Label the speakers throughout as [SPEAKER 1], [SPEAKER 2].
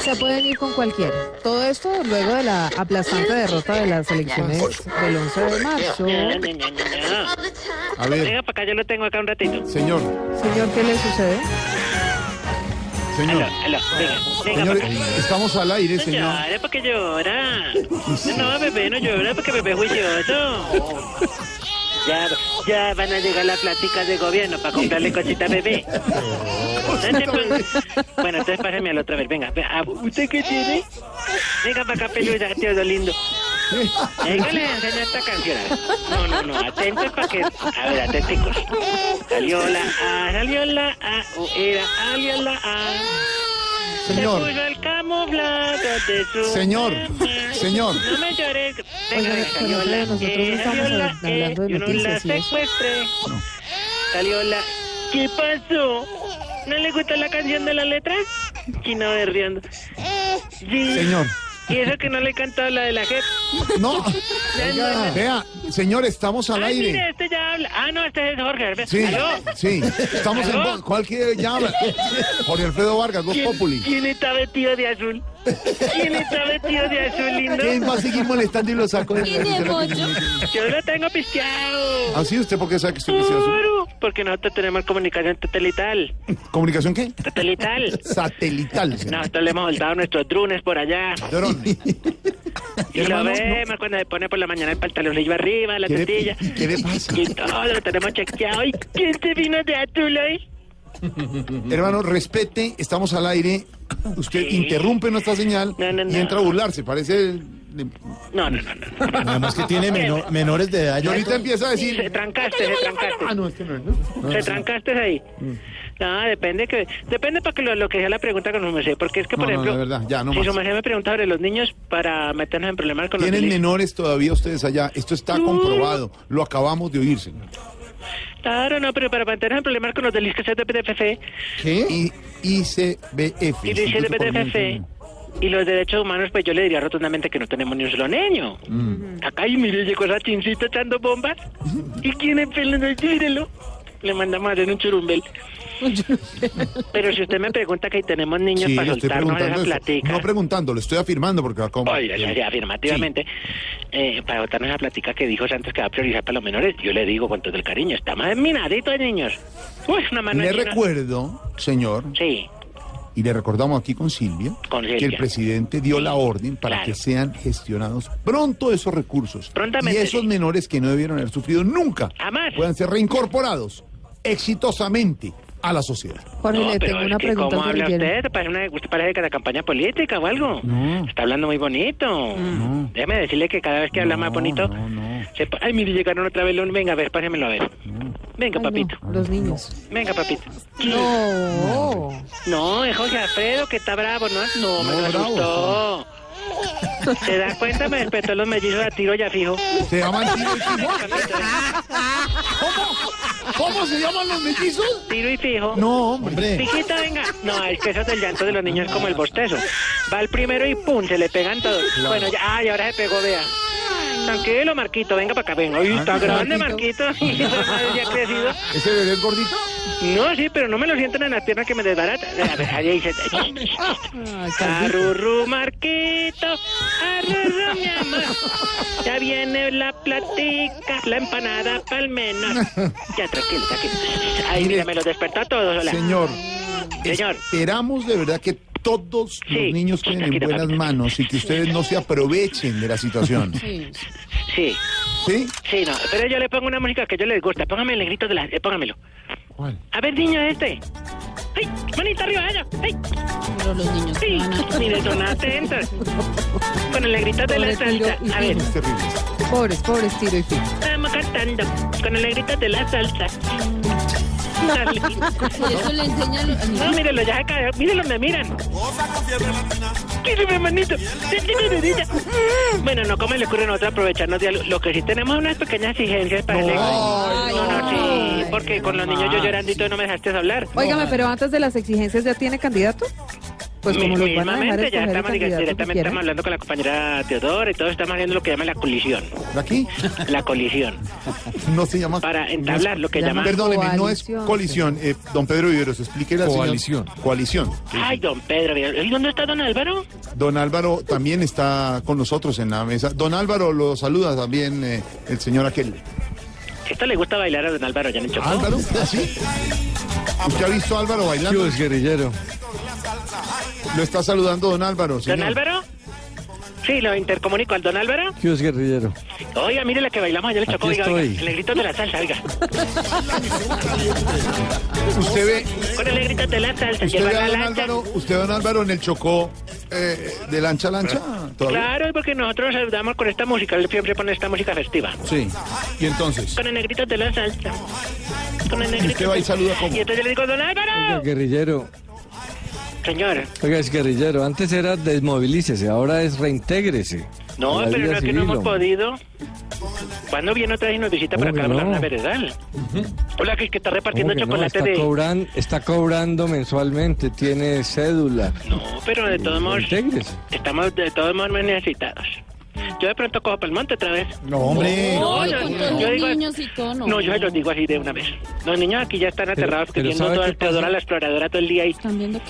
[SPEAKER 1] Se pueden ir con cualquiera. Todo esto luego de la aplastante derrota de las elecciones del 11 de marzo.
[SPEAKER 2] Ya, ya, ya, ya, ya.
[SPEAKER 3] A ver,
[SPEAKER 2] Venga para acá, yo lo tengo acá un ratito.
[SPEAKER 3] señor,
[SPEAKER 1] Señor, ¿qué le sucede?
[SPEAKER 3] señor,
[SPEAKER 2] Aló, aló, venga, venga
[SPEAKER 3] señor,
[SPEAKER 2] para acá.
[SPEAKER 3] estamos al aire,
[SPEAKER 2] No
[SPEAKER 3] señor.
[SPEAKER 2] llora porque llora. No, bebé, no llora porque bebé es juicioso. Ya, ya van a llegar las pláticas de gobierno para comprarle cosita a bebé. No te pongas- Bueno, entonces pásame a la otra vez. Venga, ve- ah, ¿usted qué tiene? Venga para acá, peluda, tío lindo. Venga, le enseño esta canción. a ver. No, no, no, atentos para que... A ver, atenticos. Salió la A, salió la A, o era, salió la A.
[SPEAKER 3] Señor,
[SPEAKER 2] Se puso el camuflado de su
[SPEAKER 3] Señor,
[SPEAKER 2] mamá.
[SPEAKER 3] señor.
[SPEAKER 2] No me llores. Venga,
[SPEAKER 1] Oiga,
[SPEAKER 2] venga,
[SPEAKER 1] pero
[SPEAKER 2] salió la
[SPEAKER 1] nosotros
[SPEAKER 2] E,
[SPEAKER 1] no estamos
[SPEAKER 2] salió la
[SPEAKER 1] hablando
[SPEAKER 2] E,
[SPEAKER 1] de
[SPEAKER 2] yo no la
[SPEAKER 1] noticias y eso.
[SPEAKER 2] secuestré. Salió la... ¿Qué pasó? ¿No le gusta la canción de las letras? Chino berriando. Sí.
[SPEAKER 3] Señor.
[SPEAKER 2] Y eso que no le he cantado la de la jefa.
[SPEAKER 3] no, vea, señor, estamos al
[SPEAKER 2] Ay, mire,
[SPEAKER 3] aire.
[SPEAKER 2] este ya habla. Ah, no, este es Jorge. Alfredo.
[SPEAKER 3] Sí,
[SPEAKER 2] ¿Aló?
[SPEAKER 3] sí, estamos en
[SPEAKER 2] ¿Aló?
[SPEAKER 3] voz. ¿Cuál quiere llama? Jorge Alfredo Vargas, Voz
[SPEAKER 2] ¿Quién,
[SPEAKER 3] Populi.
[SPEAKER 2] quién está vestido de azul? ¿Quién está vestido de azul, lindo?
[SPEAKER 3] ¿Quién va a seguir molestando y lo saco de de la oficina?
[SPEAKER 2] Yo lo tengo pisteado.
[SPEAKER 3] Así usted, porque sabe que estoy vicioso?
[SPEAKER 2] Claro, porque nosotros tenemos comunicación satelital.
[SPEAKER 3] ¿Comunicación qué?
[SPEAKER 2] Satelital.
[SPEAKER 3] Satelital. señor.
[SPEAKER 2] Nosotros le hemos soltado nuestros drones por allá.
[SPEAKER 3] Llorón,
[SPEAKER 2] Y lo
[SPEAKER 3] Hermano,
[SPEAKER 2] vemos cuando se pone por la mañana el pantalón le lleva arriba, la
[SPEAKER 3] ¿qué le-
[SPEAKER 2] tetilla.
[SPEAKER 3] ¿Qué le pasa?
[SPEAKER 2] Y todo lo tenemos chequeado. ¿Y quién se vino de azul hoy?
[SPEAKER 3] Hermano, respete, estamos al aire. Usted
[SPEAKER 2] Sí.
[SPEAKER 3] interrumpe nuestra señal
[SPEAKER 2] No, no,
[SPEAKER 3] y
[SPEAKER 2] no.
[SPEAKER 3] entra a burlarse. Parece. el-
[SPEAKER 2] No, no, no, no. no.
[SPEAKER 4] Además que tiene meno- menores de edad.
[SPEAKER 3] Y
[SPEAKER 4] Yo
[SPEAKER 3] ahorita empieza a
[SPEAKER 2] Se
[SPEAKER 3] decir.
[SPEAKER 2] trancaste, se trancaste.
[SPEAKER 3] Ah, no, este no es, ¿no? Mm.
[SPEAKER 2] Se trancaste ahí. No, depende que depende para que lo, lo que sea la pregunta con los mercedes, porque es que por
[SPEAKER 3] No, no,
[SPEAKER 2] ejemplo,
[SPEAKER 3] de verdad, ya, no
[SPEAKER 2] si
[SPEAKER 3] más.
[SPEAKER 2] su merced me pregunta sobre los niños para meternos en problemas con los
[SPEAKER 3] Tienen
[SPEAKER 2] niños.
[SPEAKER 3] menores todavía ustedes allá. Esto
[SPEAKER 2] Mm.
[SPEAKER 3] está comprobado. Lo acabamos de oír, señor.
[SPEAKER 2] Claro, no, pero para mantener el problema con los delitos que se de PTFC
[SPEAKER 3] Y ICBF.
[SPEAKER 2] y dice de
[SPEAKER 3] Instituto Colombiano.
[SPEAKER 2] PTFC y los derechos humanos, pues yo le diría rotundamente que no tenemos ni un solo niño.
[SPEAKER 3] Mm.
[SPEAKER 2] Acá, y mire, llegó esa chincita echando bombas. ¿Y quién es pelando? Mírelo. Le mandamos a hacer un churumbel. pero si usted me pregunta que tenemos niños
[SPEAKER 3] Sí,
[SPEAKER 2] para
[SPEAKER 3] le estoy
[SPEAKER 2] soltarnos esa
[SPEAKER 3] preguntando eso.
[SPEAKER 2] platica.
[SPEAKER 3] No preguntando, le estoy afirmando porque lo acabamos de
[SPEAKER 2] Oiga, ya,
[SPEAKER 3] oír.
[SPEAKER 2] ya, afirmativamente, eh, para botarnos la plática que dijo Santos que va a priorizar para los menores, yo le digo con todo el cariño, está más minadito de niños. Uy, una mano
[SPEAKER 3] Le
[SPEAKER 2] llena.
[SPEAKER 3] recuerdo, señor,
[SPEAKER 2] Sí,
[SPEAKER 3] y le recordamos aquí con Silvia,
[SPEAKER 2] Con Silvia.
[SPEAKER 3] que el presidente dio
[SPEAKER 2] Sí,
[SPEAKER 3] la orden para
[SPEAKER 2] claro.
[SPEAKER 3] que sean gestionados pronto esos recursos.
[SPEAKER 2] Prontamente,
[SPEAKER 3] y esos
[SPEAKER 2] sí.
[SPEAKER 3] menores que no debieron haber sufrido nunca
[SPEAKER 2] Jamás.
[SPEAKER 3] puedan ser reincorporados exitosamente a la sociedad.
[SPEAKER 1] Jorge,
[SPEAKER 2] No,
[SPEAKER 1] le
[SPEAKER 2] pero
[SPEAKER 1] tengo
[SPEAKER 2] es
[SPEAKER 1] una
[SPEAKER 2] que
[SPEAKER 1] pregunta
[SPEAKER 2] ¿Cómo
[SPEAKER 1] al
[SPEAKER 2] habla
[SPEAKER 1] guerrillero.
[SPEAKER 2] usted? Parece, una, usted parece que de campaña política o algo.
[SPEAKER 3] No.
[SPEAKER 2] Está hablando muy bonito. Déjeme decirle que cada vez que habla más bonito...
[SPEAKER 3] No, no.
[SPEAKER 2] se pa- Ay, mire, llegaron otra vez. los- Venga, a ver, pásemelo a ver. Venga,
[SPEAKER 1] Ay,
[SPEAKER 2] papito.
[SPEAKER 1] no, los niños. Oh,
[SPEAKER 2] Venga, papito.
[SPEAKER 1] No.
[SPEAKER 2] No, es Jorge Alfredo que está bravo, ¿no? No, me
[SPEAKER 3] No,
[SPEAKER 2] lo
[SPEAKER 3] bravo,
[SPEAKER 2] asustó. ¿Te das cuenta? Me despertó los mellizos a tiro ya fijo.
[SPEAKER 3] Se llaman tiro y fijo. ¿Cómo? ¿Cómo se llaman los mellizos?
[SPEAKER 2] Tiro y fijo.
[SPEAKER 3] No, hombre.
[SPEAKER 2] Fijito, venga. No, es que eso del llanto de los niños es como el bostezo. Va el primero y pum, se le pegan todos. Bueno, ya, ay, ahora se pegó, vea. Tranquilo, Marquito, venga para acá, venga. Ay, está
[SPEAKER 3] Ah,
[SPEAKER 2] grande, Marquito.
[SPEAKER 3] Marquito.
[SPEAKER 2] ya ha crecido.
[SPEAKER 3] ¿Ese bebé es gordito?
[SPEAKER 2] No, sí, pero no me lo sientan en las piernas que me desbarata. A ver, ahí dice.
[SPEAKER 3] Ah,
[SPEAKER 2] Arurú, Marquito. Arurú, mi amor. Ya viene la platica, la empanada pa'l menor. Ya, tranquilo, tranquilo. Ay,
[SPEAKER 3] Mire.
[SPEAKER 2] mira, me lo despertó a todos, hola.
[SPEAKER 3] Señor,
[SPEAKER 2] Señor.
[SPEAKER 3] esperamos de verdad que todos
[SPEAKER 2] Sí.
[SPEAKER 3] los niños queden en
[SPEAKER 2] Tranquilo,
[SPEAKER 3] buenas
[SPEAKER 2] papito.
[SPEAKER 3] manos y que ustedes no se aprovechen de la situación.
[SPEAKER 2] Sí,
[SPEAKER 3] ¿Sí?
[SPEAKER 2] sí, no. Pero yo le pongo una música que yo les gusta. Póngame el negrito de la... eh, póngamelo.
[SPEAKER 3] ¿Cuál?
[SPEAKER 2] A ver, niño, este. ¡Ay! ¡Manita arriba, allá! ¡Ay!
[SPEAKER 5] Pero los niños
[SPEAKER 2] ¡Sí! Mire, son atentos. Con el negrito de la
[SPEAKER 1] Pobre tío
[SPEAKER 2] salsa.
[SPEAKER 1] y
[SPEAKER 2] A ver.
[SPEAKER 1] fijo.
[SPEAKER 3] Es terrible.
[SPEAKER 1] Pobres, pobres, tiro y fijo.
[SPEAKER 2] Estamos cantando con el negrito de la salsa.
[SPEAKER 5] Por eso le enseña a los
[SPEAKER 2] No,
[SPEAKER 5] animales.
[SPEAKER 2] mírenlo, ya se cayó. Mírenlo, me miran. Quíteme, manito. Ya tiene dedita. Mm. Bueno, no, como le ocurre a nosotros aprovecharnos de algo? Lo que sí tenemos es unas pequeñas exigencias para el No, no, sí. Porque con los niños yo llorando y todo no me dejaste hablar.
[SPEAKER 1] Óigame, pero antes de las exigencias, ¿ya tiene candidato? Pues
[SPEAKER 2] Mi-
[SPEAKER 1] como los van a dejar
[SPEAKER 2] mismamente ya
[SPEAKER 1] escoger el
[SPEAKER 2] estamos diga-
[SPEAKER 1] candidato que
[SPEAKER 2] directamente estamos
[SPEAKER 1] quieran.
[SPEAKER 2] hablando con la compañera Teodora y todos estamos haciendo lo que llaman la colisión.
[SPEAKER 3] ¿De aquí?
[SPEAKER 2] La colisión.
[SPEAKER 3] No se llama.
[SPEAKER 2] Para entablar lo que
[SPEAKER 1] Llama-
[SPEAKER 2] llaman.
[SPEAKER 3] Perdóneme, no es
[SPEAKER 1] Coalición.
[SPEAKER 3] colisión. Eh, don Pedro Viveros, explíquele al señor-
[SPEAKER 4] Coalición.
[SPEAKER 3] Coalición.
[SPEAKER 2] Ay, don Pedro. ¿Y dónde está don Álvaro?
[SPEAKER 3] Don Álvaro también está con nosotros en la mesa. Don Álvaro lo saluda también eh, el señor aquel.
[SPEAKER 2] Esto le gusta bailar a don Álvaro, ya no chocó.
[SPEAKER 3] Ah, ¿Álvaro? ¿Así? ¿Usted ha visto a Álvaro bailando?
[SPEAKER 4] guerrillero.
[SPEAKER 3] Lo está saludando don Álvaro, señor.
[SPEAKER 2] ¿Don Álvaro? Sí, lo intercomunico al don Álvaro.
[SPEAKER 4] ¿Qué es guerrillero?
[SPEAKER 2] Oiga, mire la que bailamos ayer, le chocó,
[SPEAKER 4] Aquí
[SPEAKER 2] oiga, oiga,
[SPEAKER 4] estoy.
[SPEAKER 2] el grito de la salsa, oiga.
[SPEAKER 3] Usted ve,
[SPEAKER 2] Con el grito de la salsa,
[SPEAKER 3] usted
[SPEAKER 2] lleva
[SPEAKER 3] ve a
[SPEAKER 2] la
[SPEAKER 3] don
[SPEAKER 2] lancha.
[SPEAKER 3] Álvaro, usted ve a don Álvaro en el Chocó eh, de lancha a lancha. ¿Todavía?
[SPEAKER 2] Claro, porque nosotros saludamos con esta música, él siempre pone esta música festiva.
[SPEAKER 3] Sí. Y entonces,
[SPEAKER 2] Con el negrito de la salsa. Con el negrito.
[SPEAKER 3] usted va y saluda como.
[SPEAKER 2] Y entonces le digo, don Álvaro.
[SPEAKER 6] Guerrillero,
[SPEAKER 2] Señor,
[SPEAKER 6] oiga, es guerrillero. Antes era desmovilícese, ahora es reintégrese.
[SPEAKER 2] no,
[SPEAKER 6] a la
[SPEAKER 2] pero
[SPEAKER 6] vida
[SPEAKER 2] no es que no
[SPEAKER 6] civil,
[SPEAKER 2] hemos
[SPEAKER 6] hombre.
[SPEAKER 2] podido. ¿Cuándo viene otra vez y nos visita para
[SPEAKER 6] ¿Cómo
[SPEAKER 2] acá
[SPEAKER 6] que
[SPEAKER 2] hablar
[SPEAKER 6] no?
[SPEAKER 2] una veredal? Hola, que, es que está repartiendo
[SPEAKER 6] ¿Cómo que no?
[SPEAKER 2] chocolate
[SPEAKER 6] está,
[SPEAKER 2] de...
[SPEAKER 6] cobran- está cobrando mensualmente, tiene cédula.
[SPEAKER 2] No, pero de todos modos,
[SPEAKER 6] Reintégrese.
[SPEAKER 2] estamos de todos modos más necesitados. Yo de pronto cojo para el monte otra vez.
[SPEAKER 3] No, hombre.
[SPEAKER 5] No,
[SPEAKER 2] yo-
[SPEAKER 5] yo, con
[SPEAKER 2] yo
[SPEAKER 5] todos los
[SPEAKER 2] digo-
[SPEAKER 5] niños y todo, no.
[SPEAKER 2] No, yo se los digo así de una vez. Los niños aquí ya están aterrados porque
[SPEAKER 6] pero
[SPEAKER 2] viendo
[SPEAKER 6] ¿sabe
[SPEAKER 2] toda
[SPEAKER 6] qué
[SPEAKER 2] a Teodora
[SPEAKER 6] pasa?
[SPEAKER 2] la exploradora todo el día y
[SPEAKER 5] ¿Están viendo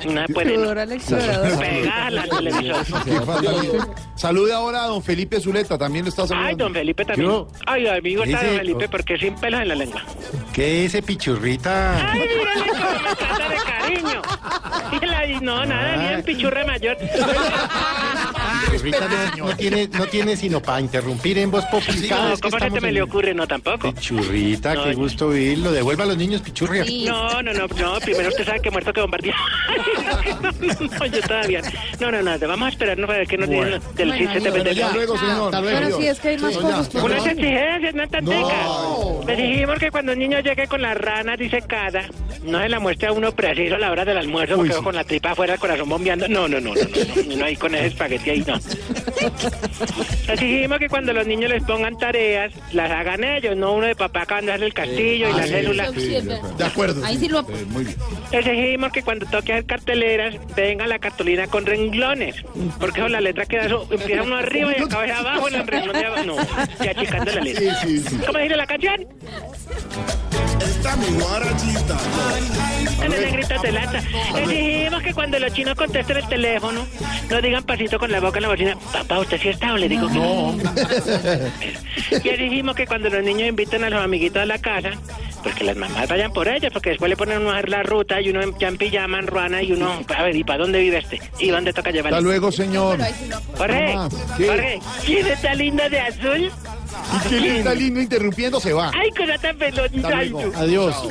[SPEAKER 5] qué?
[SPEAKER 2] nada pueden
[SPEAKER 1] Teodora la exploradora.
[SPEAKER 2] pegarla al televisor.
[SPEAKER 3] Qué fatalidad. Salude ahora a don Felipe Zuleta, también lo está saludando.
[SPEAKER 2] Ay, don Felipe también.
[SPEAKER 4] Yo-
[SPEAKER 2] Ay, amigo está
[SPEAKER 4] Ese-
[SPEAKER 2] don Felipe porque sin pelos en la lengua.
[SPEAKER 4] ¿Qué ese pichurrita?
[SPEAKER 2] Ay, mírale cómo me trata de cariño. Y la- y no, nada, ni en pichurra mayor.
[SPEAKER 4] Pichurrita no, no tiene, no tiene sino para interrumpir en voz popular.
[SPEAKER 2] No, ¿cómo se te me le ocurre? No, tampoco.
[SPEAKER 4] Pichurrita,
[SPEAKER 2] No,
[SPEAKER 4] qué
[SPEAKER 2] yo-
[SPEAKER 4] gusto oírlo. Devuelva a los niños pichurria.
[SPEAKER 5] Sí.
[SPEAKER 2] No, no, no, no, primero usted sabe que muerto que bombardía. No, no, no, yo todavía. No, no, no, vamos a esperarnos para ver qué nos dicen los- del
[SPEAKER 5] Bueno,
[SPEAKER 2] CCTV.
[SPEAKER 5] amigo,
[SPEAKER 3] Pero ya luego, señor.
[SPEAKER 4] Hasta luego.
[SPEAKER 1] Pero sí, es que hay más
[SPEAKER 3] Sí,
[SPEAKER 1] cosas
[SPEAKER 3] ya.
[SPEAKER 1] que...
[SPEAKER 2] Unas exigencias, no tanticas. Le dijimos que cuando un niño llegue con la rana disecada, no se la muestre a uno preciso a la hora del almuerzo, porque con la tripa afuera, el corazón bombeando. No, no, no, no, no, no, no ahí con ese espagueti ahí, no. Exigimos que cuando los niños les pongan tareas, las hagan ellos, no uno de papá acabando de hacer el castillo y la célula.
[SPEAKER 5] Sí, es verdad.
[SPEAKER 3] De acuerdo.
[SPEAKER 5] Ahí sí lo ap-
[SPEAKER 3] Eh, muy bien.
[SPEAKER 2] Exigimos que cuando toque hacer carteleras, venga la cartulina con renglones, porque con la letra queda eso, empieza uno arriba y acaba hacia abajo, en el renglón de abajo. No, ya achicando la letra.
[SPEAKER 3] Sí, sí, sí.
[SPEAKER 2] ¿Cómo dice la canción? Está mi guarachita. negritas de lata. Exigimos que cuando los chinos contesten el teléfono, no digan pasito con la boca en la bocina. Papá, ¿usted sí está o le digo que no? Y exigimos que cuando los niños inviten a los amiguitos a la casa, pues que las mamás vayan por ellas, porque después le ponen uno a hacer la ruta y uno en- ya en pijama, en ruana, y uno, a ver, ¿y para dónde vive este? ¿Y dónde toca
[SPEAKER 3] Hasta
[SPEAKER 2] llevarlo?
[SPEAKER 3] luego, señor.
[SPEAKER 5] Pero ahí sí lo ap-
[SPEAKER 2] Jorge,
[SPEAKER 3] Mamá, ¿qué?
[SPEAKER 2] Jorge, ¿quién está linda de azul?
[SPEAKER 3] Y que linda, lindo interrumpiendo se va.
[SPEAKER 2] ¡Ay, cosa tan pelonita!
[SPEAKER 3] Hasta
[SPEAKER 2] ay,
[SPEAKER 3] luego.
[SPEAKER 2] tú.
[SPEAKER 3] Adiós.